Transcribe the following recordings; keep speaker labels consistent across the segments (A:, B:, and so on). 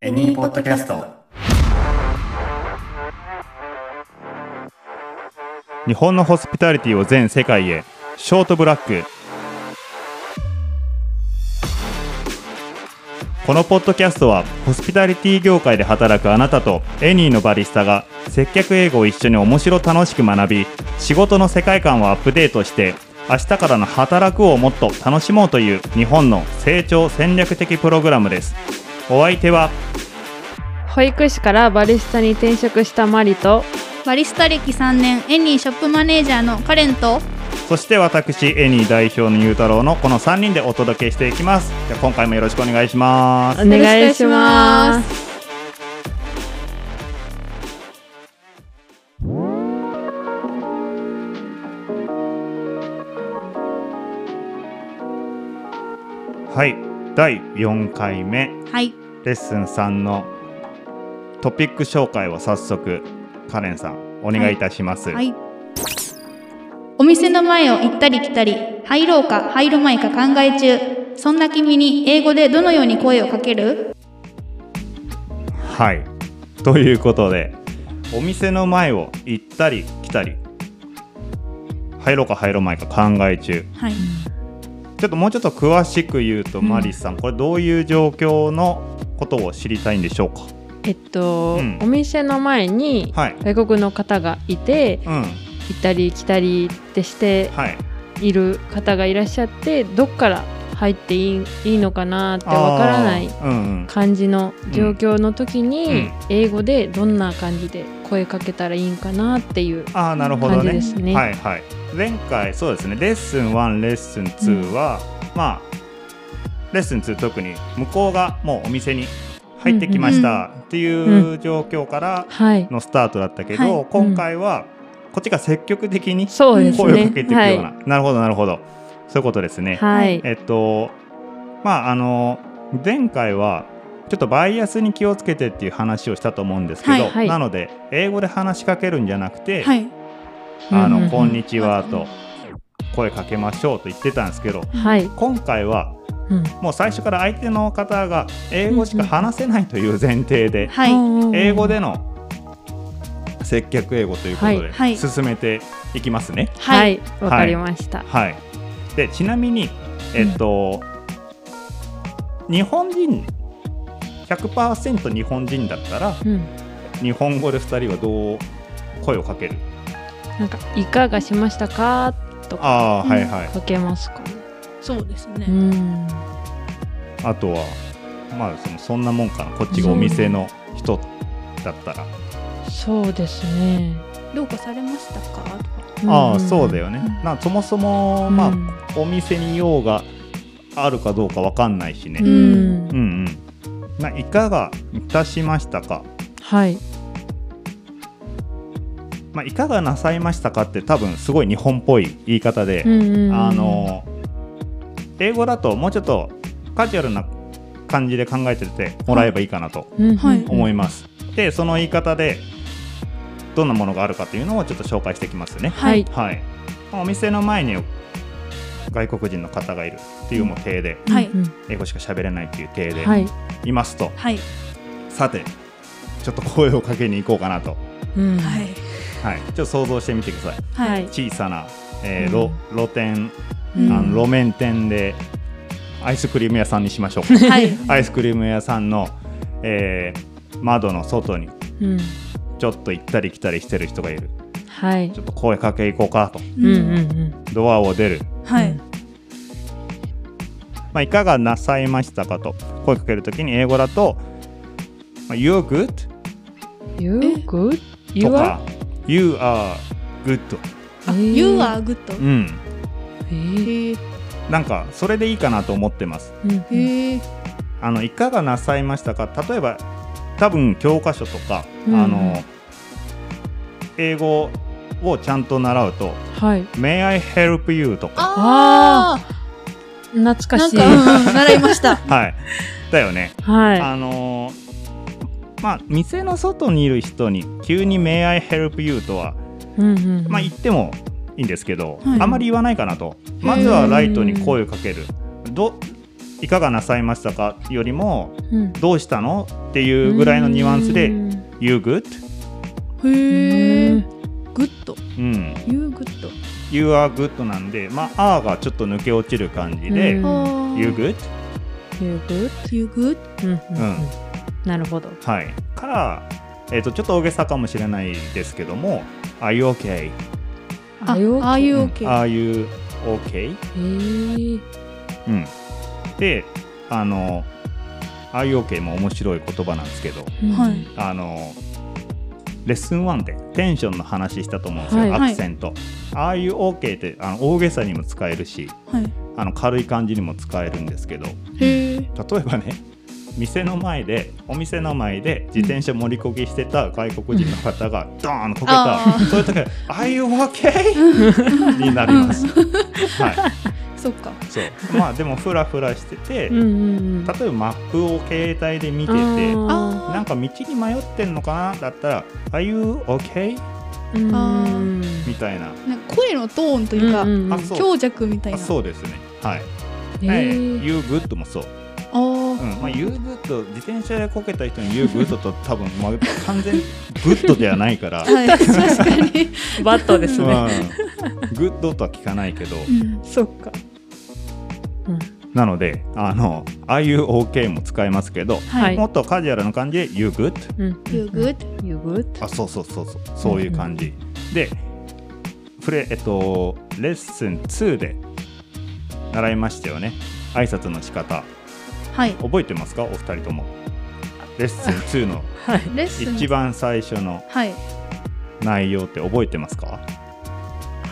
A: エニーポッドキャスト
B: 日本のホスピタリティを全世界へショートブラックこのポッドキャストはホスピタリティ業界で働くあなたとエニーのバリスタが接客英語を一緒に面白楽しく学び仕事の世界観をアップデートして明日からの働くをもっと楽しもうという日本の成長戦略的プログラムですお相手は
C: 保育士からバリスタに転職したマリと
D: バリスタ歴3年エンリーショップマネージャーのカレンと
B: そして私エニー代表のゆうたろうのこの3人でお届けしていきますじゃあ今回もよろしくお願いします
C: お願いします
B: はい第4回目
D: はい
B: レッスン3のトピック紹介を早速カレンさんお願いいたします、
D: はいお店の前を行ったり来たり入ろうか入る前か考え中そんな君に英語でどのように声をかける
B: はい、ということでお店の前を行ったり来たり入ろうか入ろう前か考え中
D: はい
B: ちょっともうちょっと詳しく言うと、
C: うん
B: マリスさんこれどういう状況のことを知りたいんでしょうか
C: えっと、
B: うん
C: お店の前に
B: はい
C: 外国の方がいて
B: うん
C: 行ったり来たりってして
B: はい
C: いる方がいらっしゃってどっから入っていいいいのかなってわからない
B: あーうんうん
C: 感じの状況の時
B: うん
C: に、英語でどんな感じで声かけたらいいんかなっていう
B: ああなるほど
C: 感じ
B: ね
C: ですね
B: はいはい前回そうですねレッスン1レッスン2は、まあレッスン2特に向こうがもうお店に入ってきましたっていう状況から
C: はい
B: のスタートだったけど、
D: は
B: 今回はこっちが積極的に
C: そうですね
B: 声をかけていくような、
C: はい
B: なるほどなるほどそういうことですね、
C: はい
B: えっとまああの前回はちょっとバイアスに気をつけてっていう話をしたと思うんですけど、
D: はい
C: はい
B: なので英語で話しかけるんじゃなくて「
D: はい
B: あの
C: うんうんうん
B: こんにちは」と声かけましょうと言ってたんですけど
C: はい、
B: 今回は
C: うん
B: もう最初から相手の方が英語しか話せないという前提で
D: はい
B: 英語での接客英語ということ
C: は
B: で
D: いはい
B: 進めていきますね。
C: は、
D: はい
C: わかりました。
B: はい、でちなみに、えっと日本人100%日本人だったら
C: うん、
B: 日本語で2人はどう声をかける
C: なんかいかがしましたかとか
B: ああ、
D: うん
B: はいはい
C: かけますかね。
D: そうですね
C: うん、
B: あとはまあそのそんなもんかなこっちがお店の人だったら、
C: そうですね。
D: どうかされましたかとか
B: ああそうだよね、
D: うん
B: なそもそも、
C: うん
B: まあお店に用があるかどうかわかんないしね、
C: うん、
B: うんうん。まあ、いかがいたしましたか。
C: はい、
B: まあ、いかがなさいましたかって、多分すごい日本っぽい言い方で、
C: うんうんうん
B: あの。英語だと、もうちょっとカジュアルな感じで考えててもらえばいいかなと
C: うんうん
D: はい
B: 思います。で、その言い方で。どんなものがあるかというのをちょっと紹介していきますね。
C: はい、
B: はい。まあお店の前に。外国人の方がいるっていうもう体で、
D: はい
C: うん
B: 英語しか喋れないっていう体
C: うん
B: で
C: はい、
B: いますと。
D: はい
B: さてちょっと声をかけに行こうかなと、
C: うん
D: はい
B: はい、ちょっと想像してみてください
D: は
C: はいい
B: 小さな、えー
C: う
B: ろ露店あの路面店でアイスクリーム屋さんにしましょうか
D: はい
B: アイスクリーム屋さんの、えー窓の外に
C: うん、
B: ちょっと行ったり来たりしてる人がいる
C: はい
B: ち、ょっと声かけ行こうかと
C: うんうん
D: うん
C: うん、
B: ドアを出る、
D: はい
B: まあ、いかがなさいましたかと声かけるときに英語だと「まあ、You're good
C: You good? 」You
B: と
C: are?
B: か「You are good
D: あ
C: え
D: You are good」
B: うん
C: え
D: へえ
B: なんかそれでいいかなと思ってます
C: ー
D: へえ
B: あのいかがなさいましたか例えば多分教科書とか、
C: うん
B: あの英語をちゃんと習うと
C: はい、
B: 「May I help you」とか、
D: ああ
C: 懐か
D: なん
C: しい。
D: かうん習いま した
B: はい、だよね。
C: は
B: あのまあ店の外にいる人に急に「May I help you」とは、
C: い、うんうん、
B: まあ、言ってもいいんですけど、
D: はい
B: あまり言わないかなとまずはライトに声をかける。どいかがなさいましたかよりも
C: うん
B: どうしたのっていうぐらいのニュアンスで「You good?」
A: へえ。グッド。
B: うん
A: ユーグッド。
B: 「You are good」なんでまあ「あ」がちょっと抜け落ちる感じで
C: うん
B: 「You
A: ユーグ
B: good?」
C: うん
A: ユーグ
C: う
A: ッ
C: んうん
B: うん
C: なるほど。
B: はいから、えー、とちょっと大げさかもしれないですけども「Are you okay?」
D: あ
A: あ
C: よ
A: あいううん
B: 「Are you okay?」
C: へー
B: うん、であの「Are you okay?」も面白い言葉なんですけど
A: はい
B: あのレッスン1でテンションの話したと思うんですよ、
C: はい
B: アクセント。ああいう OK ってあの大げさにも使えるし
A: はい。
B: あの軽い感じにも使えるんですけど例
A: へえ。
B: えばね店の前でお店の前で自転車盛りこぎしてた外国人の方がドーンこけ
A: あ
B: たそういう時は「Are you OK?」になります。は
A: そっか。
B: い、そうまあでもフラフラしてて、
C: うんうんうん。
B: 例えばマップを携帯で見てて
C: あ
B: なんか道に迷ってんのかなだったら「Are you okay?」
C: ーうん
A: あー
C: うん
B: みたいな、
A: なんか声のトーンというか
C: うんうんうん
B: あそう
A: 強弱みたい
B: あ
A: な。
B: そうですねはい、
C: へ
B: え
C: ー
B: ー、You good もそう、
A: あー
B: うんまあ、You good 自転車でこけた人に You good と多分、まあ、完全にグッドではないから、
A: はい。確かに。
C: バットです
B: うん、
C: ね。
B: グッドとは聞かないけど
A: うん
C: そっか。うん
B: なのであの「Are you okay?」も使えますけど、
C: はい
B: も。っとカジュアルな感じで「You good?」
C: うん。
D: You good?
C: You good?
B: あそうそうそうそうそういう感じ、でフレえっとレッスン2で習いましたよね挨拶の仕方
D: はい。
B: 覚えてますかお二人ともレッスン2の
C: はい。
D: レッスン。
B: 一番最初の
D: はい。
B: 内容って覚えてますか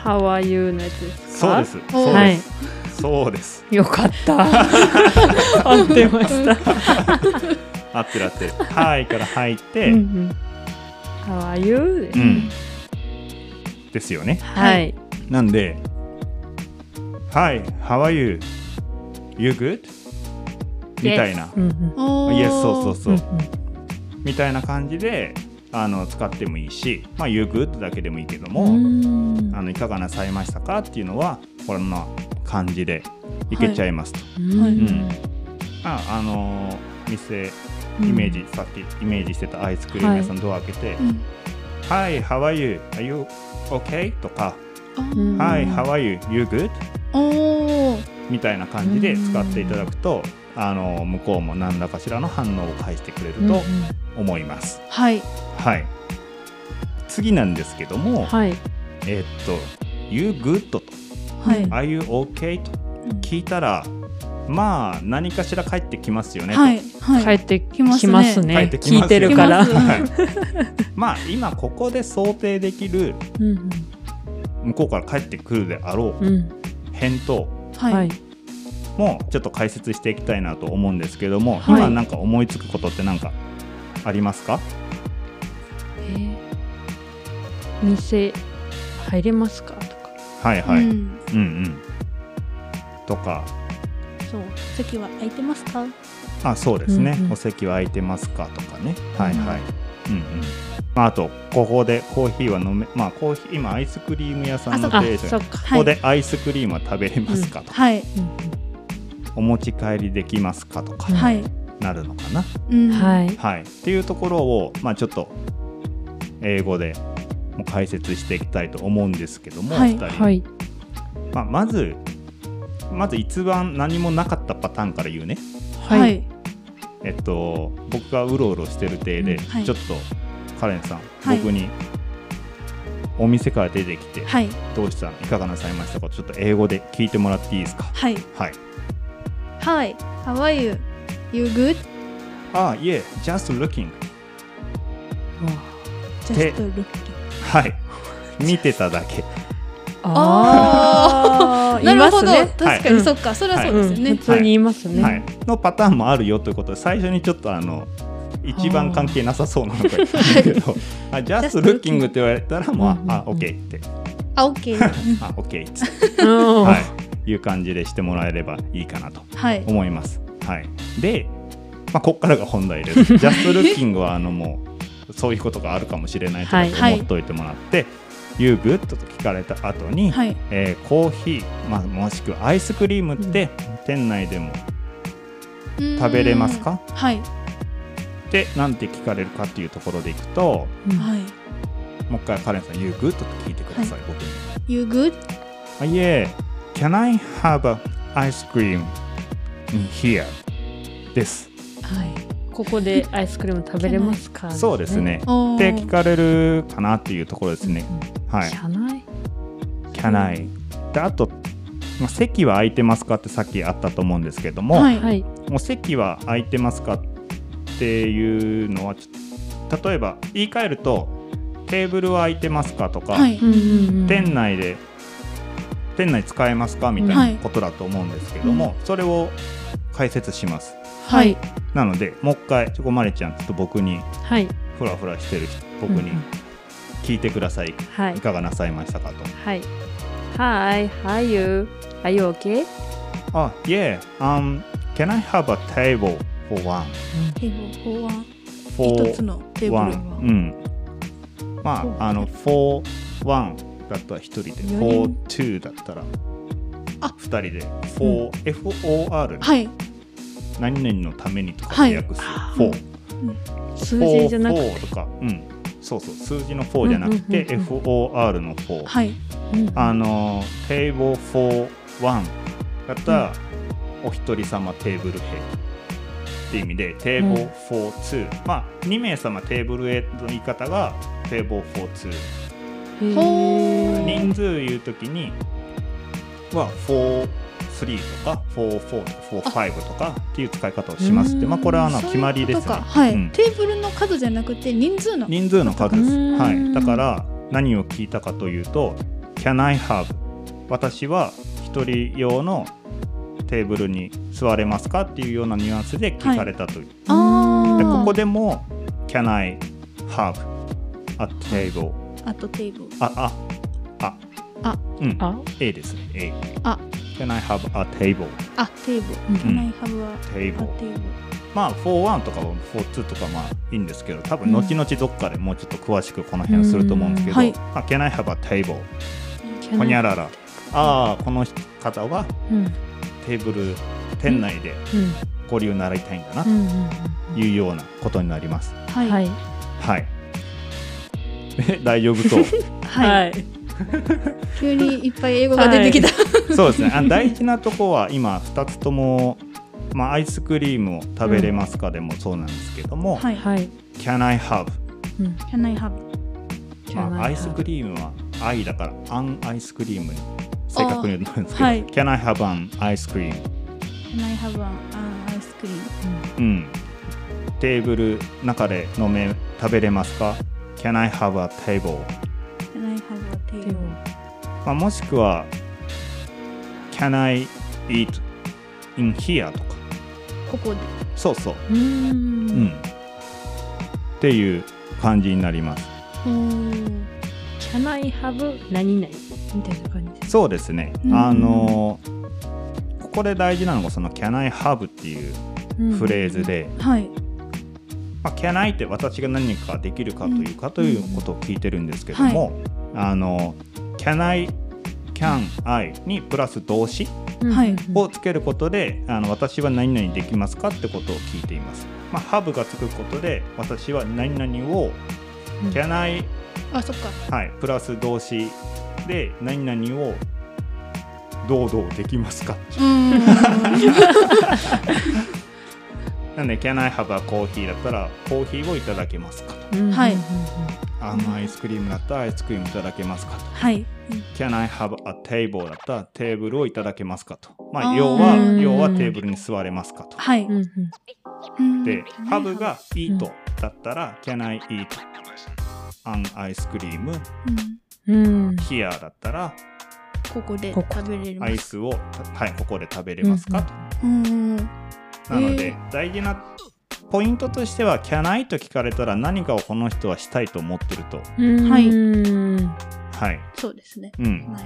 C: How are you のやつです
B: そう
C: か
B: です
A: あお
B: そう
C: は
B: で
C: い。
B: す、そうです
C: よかった。合ってまし
B: 合
C: た。
B: ってる合 ってる「はい」から入って、
C: う
B: うん
C: うんん How are you? です
B: ですよね
C: はい。
B: なんで「はい How are you? You good?」みたいな「
C: うんうん
A: あー
B: Yes そうそうそう」
C: うんうん
B: みたいな感じであの使ってもいいし「まあ、You good?」だけでもいいけども、
C: うん
B: あのいかがなさいましたかっていうのはこんな感じでいけちゃいますと、
C: うん
A: はい
B: うんまああのー店イメージ、さっきイメージしてたアイスクリーム屋さんのドア開けて
A: うん
B: 「Hi how are you are you okay?」とか
A: あ
C: う
B: 「
C: ん
A: ー
B: Hi how are you you good?」
A: おー
B: みたいな感じで使っていただくと、あのー向こうも何らかしらの反応を返してくれると思います、
A: はい。
B: はい次なんですけども、
C: はい。
B: えっと「You good?」と
A: はい
B: 「Are you okay?」と
A: うん
B: 聞いたらまあ何かしら返ってきますよねと、
A: はい。
C: 帰
A: はい。
C: ってき
A: きますね
C: ます
B: 返っ
C: ね。
B: てきますよ
C: 聞いてるから。
A: きます
B: はいまあ今ここで想定できる
C: うん
B: 向こうから帰ってくるであろ
C: うんうん
B: う返答
A: はい。。
B: もちょっと解説していきたいなと思うんですけども、
C: はい
B: 今なんか思いつくことって何かありますか
C: えー店入れますかとか。
B: はいはい、うん、
A: い。
B: うんとか
A: そう。席は空いてますか？
B: あそうですね、
C: うんうん
B: お席は空いてますかとかねはいはい、うんうんまあ、あとここでコーヒーは飲めまあコーヒー今アイスクリーム屋さんの
C: あ
B: 定、食
C: そっ
B: こ
C: か。
A: は
B: こ
A: い。
B: でアイスクリームは食べれますかとか、
A: はい。
C: うん
B: お持ち帰りできますかとか
C: うん
A: はい。
B: なるのかな、
A: うん。
C: はい。
B: はい、っていうところを、まあ、ちょっと英語でも解説していきたいと思うんですけども、
A: は
B: お
A: い
B: 二人
C: はい。
B: まあ、まずまず一番何もなかったパターンから言うね、
A: は
C: はいい。
B: えっと、僕がうろうろしてる体で、
C: うん
A: はい
B: ちょっとカレンさん、
A: はい
B: 僕にお店から出てきて、
A: はい。
B: どうしたのいかがなさいましたかちょっと英語で聞いてもらっていいですか
A: はい。
B: はい。
D: Hi, how are you?
A: You good?
B: ああ、いえ、just looking。
A: Just looking.
B: はい。見てただけ。
C: あ
A: あ
C: あ。
A: なるほど。
C: いますね
A: 確か
B: は
A: に
B: い
A: そっか。それはそうですよ
C: うん
A: ね
C: 普。通に言いますね。
B: はい。のパターンもあるよということで、最初にちょっとあの、一番関係なさそうなのが言ったけど、あ just looking って言われたら、も
C: うんう、
B: うんあ、OK って、
A: あ、OK。
B: あ、OK って、
C: うん
B: はい。いう感じでしてもらえればいいかなと
A: はい。
B: 思います。はい。で、まあ、こっからが本題です。just looking は、あの、もう、そういうことがあるかもしれないとか
C: はい
B: と思っといてもらって、you good? と聞かれた後に、
A: はい。
B: えーコーヒー、まあ、もしくはアイスクリームって店内でも
D: うん
B: 食べれますか
A: はい
B: でなんて聞かれるかっていうところでいくと
A: はい
B: もう一回カレンさん「You good?」と聞いてください、僕に。
D: You good?
B: あいえ、Can I have a ice cream in here? です。
A: はい
C: ここでアイスクリーム食べれますか
B: そうですね。
A: おー
B: って聞かれるかなっていうところですね。はい。
C: 社内
B: Can I? で、あと、まあ、席は空いてますかってさっきあったと思うんですけども、
A: はい
C: はい
B: もう席は空いてますかっていうのはちょっと例えば言い換えるとテーブルは空いてますかとか、
A: はい
C: うんうんうん
B: 店内で店内使えますかみたいなことだと思うんですけども、それを解説します
A: はい
B: なのでもう一回チョコマレちゃんちょっと僕に
C: はい
B: フラフラしてる人僕に
C: うんうん
B: 聞いてください、
C: はい
B: いかがなさいましたかと
C: はい Hi how are you are you okay
B: あ、yeah um can I have a table for one
A: テーブルは
B: for
A: 一つのテーブル
B: one う
A: は
B: んまああの for one だったら一人で
C: 人
B: for two だったら
A: あ
B: 二人で for、FOR
A: はい
B: 何々のためにとか
A: は
B: で
A: い
B: 訳す、
C: あ
B: 4
C: 数字じゃなくて
B: 4とか、うん、そうそう数字の4じゃなくて、
C: うんうんうんうん
B: FOR の4、
A: はい
B: あのテーブル4 1だったら、お一人様テーブル A っていう意味でテーブル4 2、まあ2名様テーブル A の言い方がテーブル4 2
C: へー
A: ほー
B: 人数言うときには4 3とか4 4とか4 5とかっていう使い方をしますって
C: うん
B: まあこれはあの
A: そういう
B: 決まりです
A: こ
B: ね
A: とかはい、
B: うん
A: テーブルの数じゃなくて人数の
B: 人数の数です、
C: うん
B: はい、だから何を聞いたかというと「Can I have?」私は一人用のテーブルに座れますかっていうようなニュアンスで聞かれたという、
A: あ
B: で
A: ー
B: ここでも「Can I have a table?」
A: あとテーブル
B: あああ
A: あ
B: うん
C: あ
B: A ですね A
A: あ
B: Can I have a table?
A: あテーブル
C: うん
A: Can I have a
B: テーブル
A: a table
B: まあ41とか42とかまあいいんですけど多分後々どっかでもうちょっと詳しくこの辺すると思うんですけど、
A: うんうん
B: まあ Can I have a table?
C: キャナ
B: ほにゃららああこの方は
C: うん
B: テーブル店内で
C: うん
B: 交流を習いたいんだな
C: う
B: と
C: んうん
B: いうようなことになります。
A: は
C: う
A: い
C: んはい
B: はい。え大丈夫 そ
A: はい
C: い
A: 急にいっぱい英語が出てきた
B: う。そうですね。あ大事なとこは今2つともまあアイスクリームを食べれますかでもそうなんですけども、
A: はい
C: はい。
B: Can I have？
C: うん
D: Can I have?
B: まあ、アイスクリームは愛だからアンアイスクリームに正確に言うんですけど、
A: あーはい
B: Can I have an ice cream？
D: Can I have a, an ice cream?
B: うん、テーブル中で飲め食べれますか ?Can I have a table?
D: Can I have a table?
C: でも
B: まあ、もしくは Can I eat in here? とか
D: ここで。
B: そうそう、
C: うー
B: うんん、っていう感じになります
C: キャナイハブ何々みたいな感じです
B: そうですね、
D: うん
B: あのここで大事なのがその Can I have っていうフレーズで、
A: はい
B: まあ、can I って私が何かできるかというかということを聞いてるんですけども、あの can I can I にプラス動詞
A: はい
B: をつけることであの私は何々できますかってことを聞いています。まあ、have がつくことで私は何々を
C: うん
B: can I
A: あそっか
B: はいプラス動詞で何々を堂々できますか
A: うーん
B: なんで can I have a coffee だったらコーヒーをいただけますかと
A: はい
B: あのアイスクリームだったらアイスクリームいただけますかと
A: はい、
B: Can I have a table? だったらテーブルをいただけますかと。ま
A: あ
B: あ、
A: ー
B: 要は
C: うん、
B: 要はテーブルに座れますかと。
A: はい、うん
B: で、have が eat
C: うん
B: だったら、Can I eat an ice cream?
A: うん、
C: うん
B: Here だったら、
A: ここで
C: ここ
A: 食べれる
B: アイスを、はい、ここで食べれますかと。
A: うん
B: なので
A: え、
B: 大事なポイントとしては、Can I と聞かれたら何かをこの人はしたいと思ってると。
C: うん
A: はい
C: うん
B: はい。
A: そうですね
B: うん。
A: はい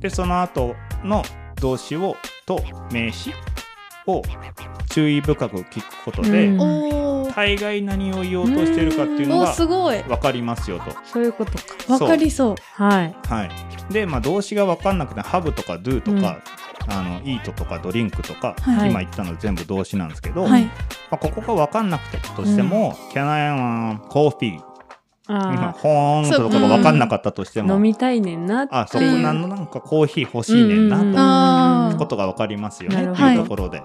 B: でその後の動詞をと名詞を注意深く聞くことで、
C: うん
A: おー
B: 大概何を言おうとしてるかっていうの
A: お
B: が
A: ーすごい
B: 分かりますよと。
C: そういうことか
A: わかりそう
C: はい
B: はい、で、まあ、動詞が分かんなくて「have」とか「do」とか、あのイートとかドリンクとか、
A: はい
B: 今言ったの全部動詞なんですけど、
A: はい
B: まあ、ここが分かんなくてとしても「Can I have coffee?」今
C: あ
B: 「ほーん」とかが分かんなかったとして
C: あ
B: も、
C: 飲みたいねんなって
B: あそ
C: い
B: こ
C: う
B: なのなんかコーヒー欲しいねんなと
C: うんうんうん
B: い
A: あー
B: うことが分かりますよね
C: なる
B: っ
C: ほ
B: て
C: ど
B: いうところで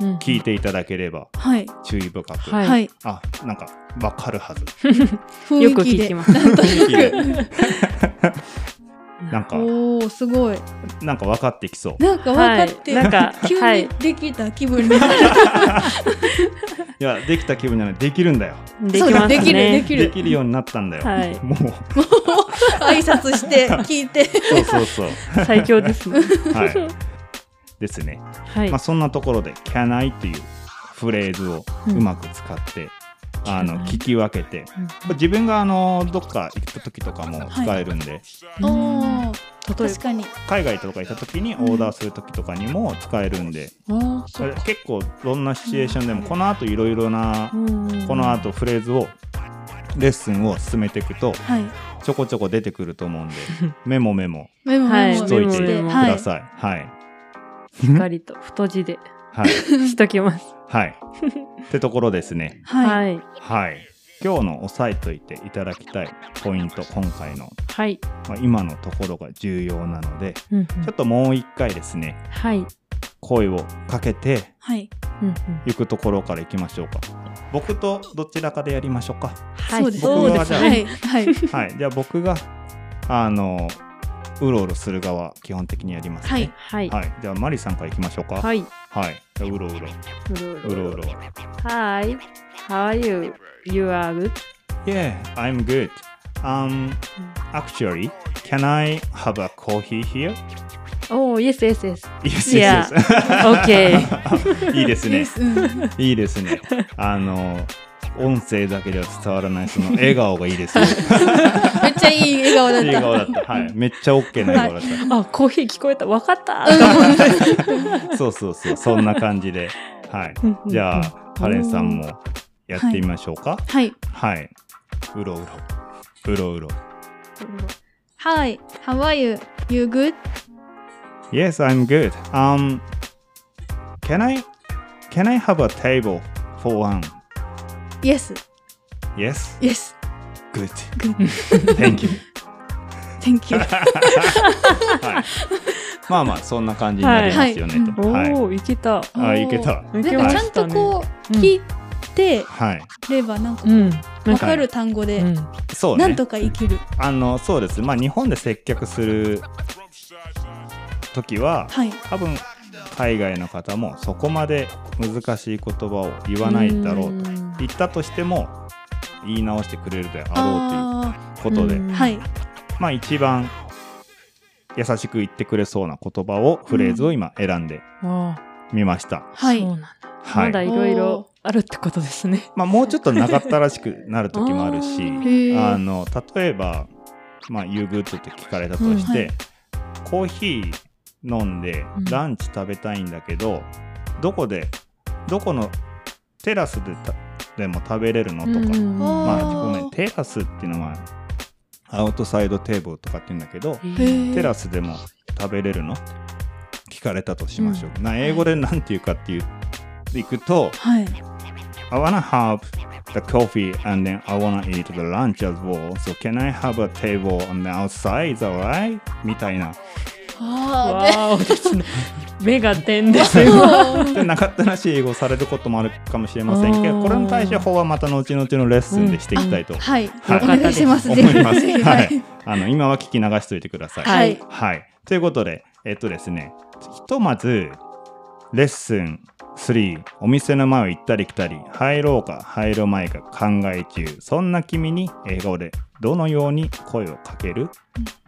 C: うん
B: 聞いていただければ
A: はい
B: 注意深く、
C: はい
A: はい
B: あなんか分かるはず
A: 雰
C: よく
A: 囲気
C: 聞き
A: で
C: ます。
B: なんか
A: おおすごい
B: なんか分かってきそう
A: なんか分かって
C: はいなんか
A: 急
C: は
A: に
C: い
A: できた気分 になる
B: いやできた気分じゃないできるんだよ
C: できますね。
A: できるでき
B: で
A: る
B: きるようになったんだよ、
C: はい
B: もう
A: 挨拶して聞いて
B: そうそうそう
C: 最強ですね。
B: はい。ですね。
C: はい
B: まあ、。そんなところで「can I」というフレーズをうまく使って、あの
C: can I
B: 聞き分けて
C: う
B: 自分があのどっか行った時とかも使えるんで、
C: ん
A: お
C: うん
A: お
C: 例え
A: 確かに
B: 海外とか行った時にオーダーする時とかにも使えるんで、
C: ばああ、そうか。
B: 結構どんなシチュエーションでもこのあといろいろなこのあとフレーズをレッスンを進めていくと
A: はい
B: ちょこちょこ出てくると思うんでメモメモ
A: メモ
C: はい
A: メモ
B: しといて
A: して
B: く
A: は
B: だ
A: い
B: さい。はい、
C: しっかりと太字で
B: はい、
C: しときます。
B: はい、ってところですね。
A: はい
C: はい。
B: はい。今日の押さえといていただきたいポイント、今回の、
C: はい。
B: まあ、今のところが重要なので、
C: うんうん
B: ちょっともう一回ですね、
C: はい。
B: 声をかけて
A: はい
C: うんうん
B: いくところからいきましょうか。僕とどちらかでやりましょうか。
C: はい。
A: そうですね
C: そうです
A: は
C: ね。
A: いはい
B: はい。じゃあ僕が、あの、うろうろする側、基本的にやります
A: はい
B: ね。
C: はい。
B: はい。じゃあマリさんからいきましょうか。はい。
C: はい。
B: じゃあうろうろ。
C: うろう
B: うろ
C: ろ。
B: うろ。
C: Hi. How are you? You are good.
B: Yeah, I'm good. Um, actually, can I have a coffee here?
C: Oh, yes, yes, yes.
B: Yes,
C: Yeah.
B: yes, yes. Okay. いいですね。
A: うん
B: いいですね。あの、音声だけでは伝わらない、その笑顔がいい ですね。
A: めっちゃいい笑顔だっ
B: いい
A: た
B: 笑顔だった。はい。めっちゃ OK な笑顔だっ
C: あ、コーヒー聞こえた。わかった。
B: た。そうそうそう。そんな感じで。はい。じゃあ、カレンさんもやってみましょうか。
A: はい
B: はい。うろうろ。うろうろ。
D: Hi, how are you? You good?
B: Yes, I'm good. Um, can I, can I have a table for one?
A: Yes
B: Yes,
A: Yes
B: good. Thank you.
A: Thank you
B: はい、まあまあそんな感じになりますよね、
A: はい
B: と。はい、
C: おお、いけた。
B: あいけた。
C: い
A: で
C: け
A: も
C: ま
A: ちゃん
C: した
A: と
C: ね
A: こう
C: うん
A: 聞いて
B: はい、
A: ればなんか
C: うん。なん
A: わ
B: か
A: かる単語で
C: うん
B: そう
A: な
B: ね
A: ん。とか生きる
B: あのそうです。まあ日本で接客する時は、
A: はい
B: 多分海外の方もそこまで難しい言葉を言わないだろうと。
C: ん
B: 言ったとしても言い直してくれるであろう
A: あ
B: ということで
C: う、ん
A: あはい
B: まあ一番優しく言ってくれそうな言葉をフレーズを今選んで
C: あ
B: みました。
A: は
C: そう
A: い
C: なんだ
B: は
C: ま
B: い。
C: だいろいろあるってことですね。
B: まあ、もうちょっと長ったらしくなる時もある
C: あ
B: し
A: へー
B: あの例えば「まあ、You good?」って聞かれたとして、
C: うん
A: はい
B: コーヒー飲んで
C: うん
B: ランチ食べたいんだけど、どこでどこのテラスでたでも食べれるのとか、
C: うん
A: あ
B: まあ
A: ー
B: ごめんテラスっていうのはアウトサイドテーブルとかって言うんだけど、
C: へー
A: へ
B: テラ
A: ス
B: スでも食べれるの聞かれたとしましょう。な英語で何て言うかっていういくと、
A: はい
B: I wanna have the coffee and then I wanna eat the lunch as well. So can I have a table on the outside, is that right? みた いな。
A: ああ
C: わーおで すね。目が点ですよ。
B: で、なかったらしい英語をされることもあるかもしれませんけ
C: う
B: ど、
C: ん
B: これの対処法はまた後々のレッスンでしていきたいと
A: ではい
B: はい
A: お願いします
B: 思
A: ぜひ
B: います。
A: ぜ ひ
B: はい。あの、今は聞き流しておいてください。
A: は
C: はいい
B: はい。ということで、えっとですね、ひとまず、レッスン3、お店の前を行ったり来たり、入ろうか入る前か考え中、そんな君に笑顔でどのように声をかける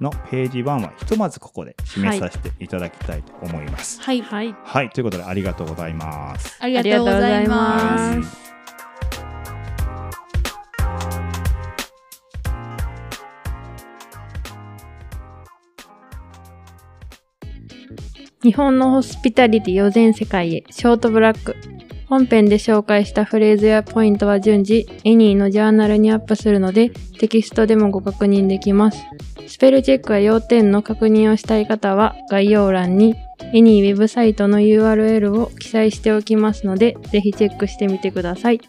B: のページ1はひとまずここで締めさせていただきたいと思います。
A: はい
C: はい。
B: はい、ということでありがとうございます。
A: ありがとうございます
C: はい日本のホスピタリティ予全世界へショートブラック本編で紹介したフレーズやポイントは順次エニーのジャーナルにアップするのでテキストでもご確認できますスペルチェックや要点の確認をしたい方は概要欄にエニーウェブサイトの URL を記載しておきますので、ぜひチェックしてみてください。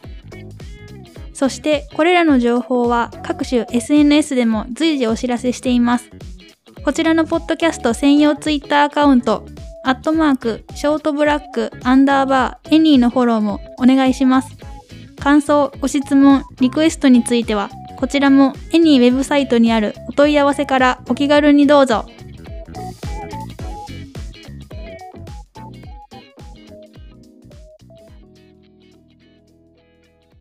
A: そしてこれらの情報は各種 SNS でも随時お知らせしています。こちらのポッドキャスト専用ツイッターアカウント、アットマーク、ショートブラック、アンダーバー、エニーのフォローもお願いします。感想、ご質問、リクエストについては、こちらもエニーウェブサイトにあるお問い合わせからお気軽にどうぞ。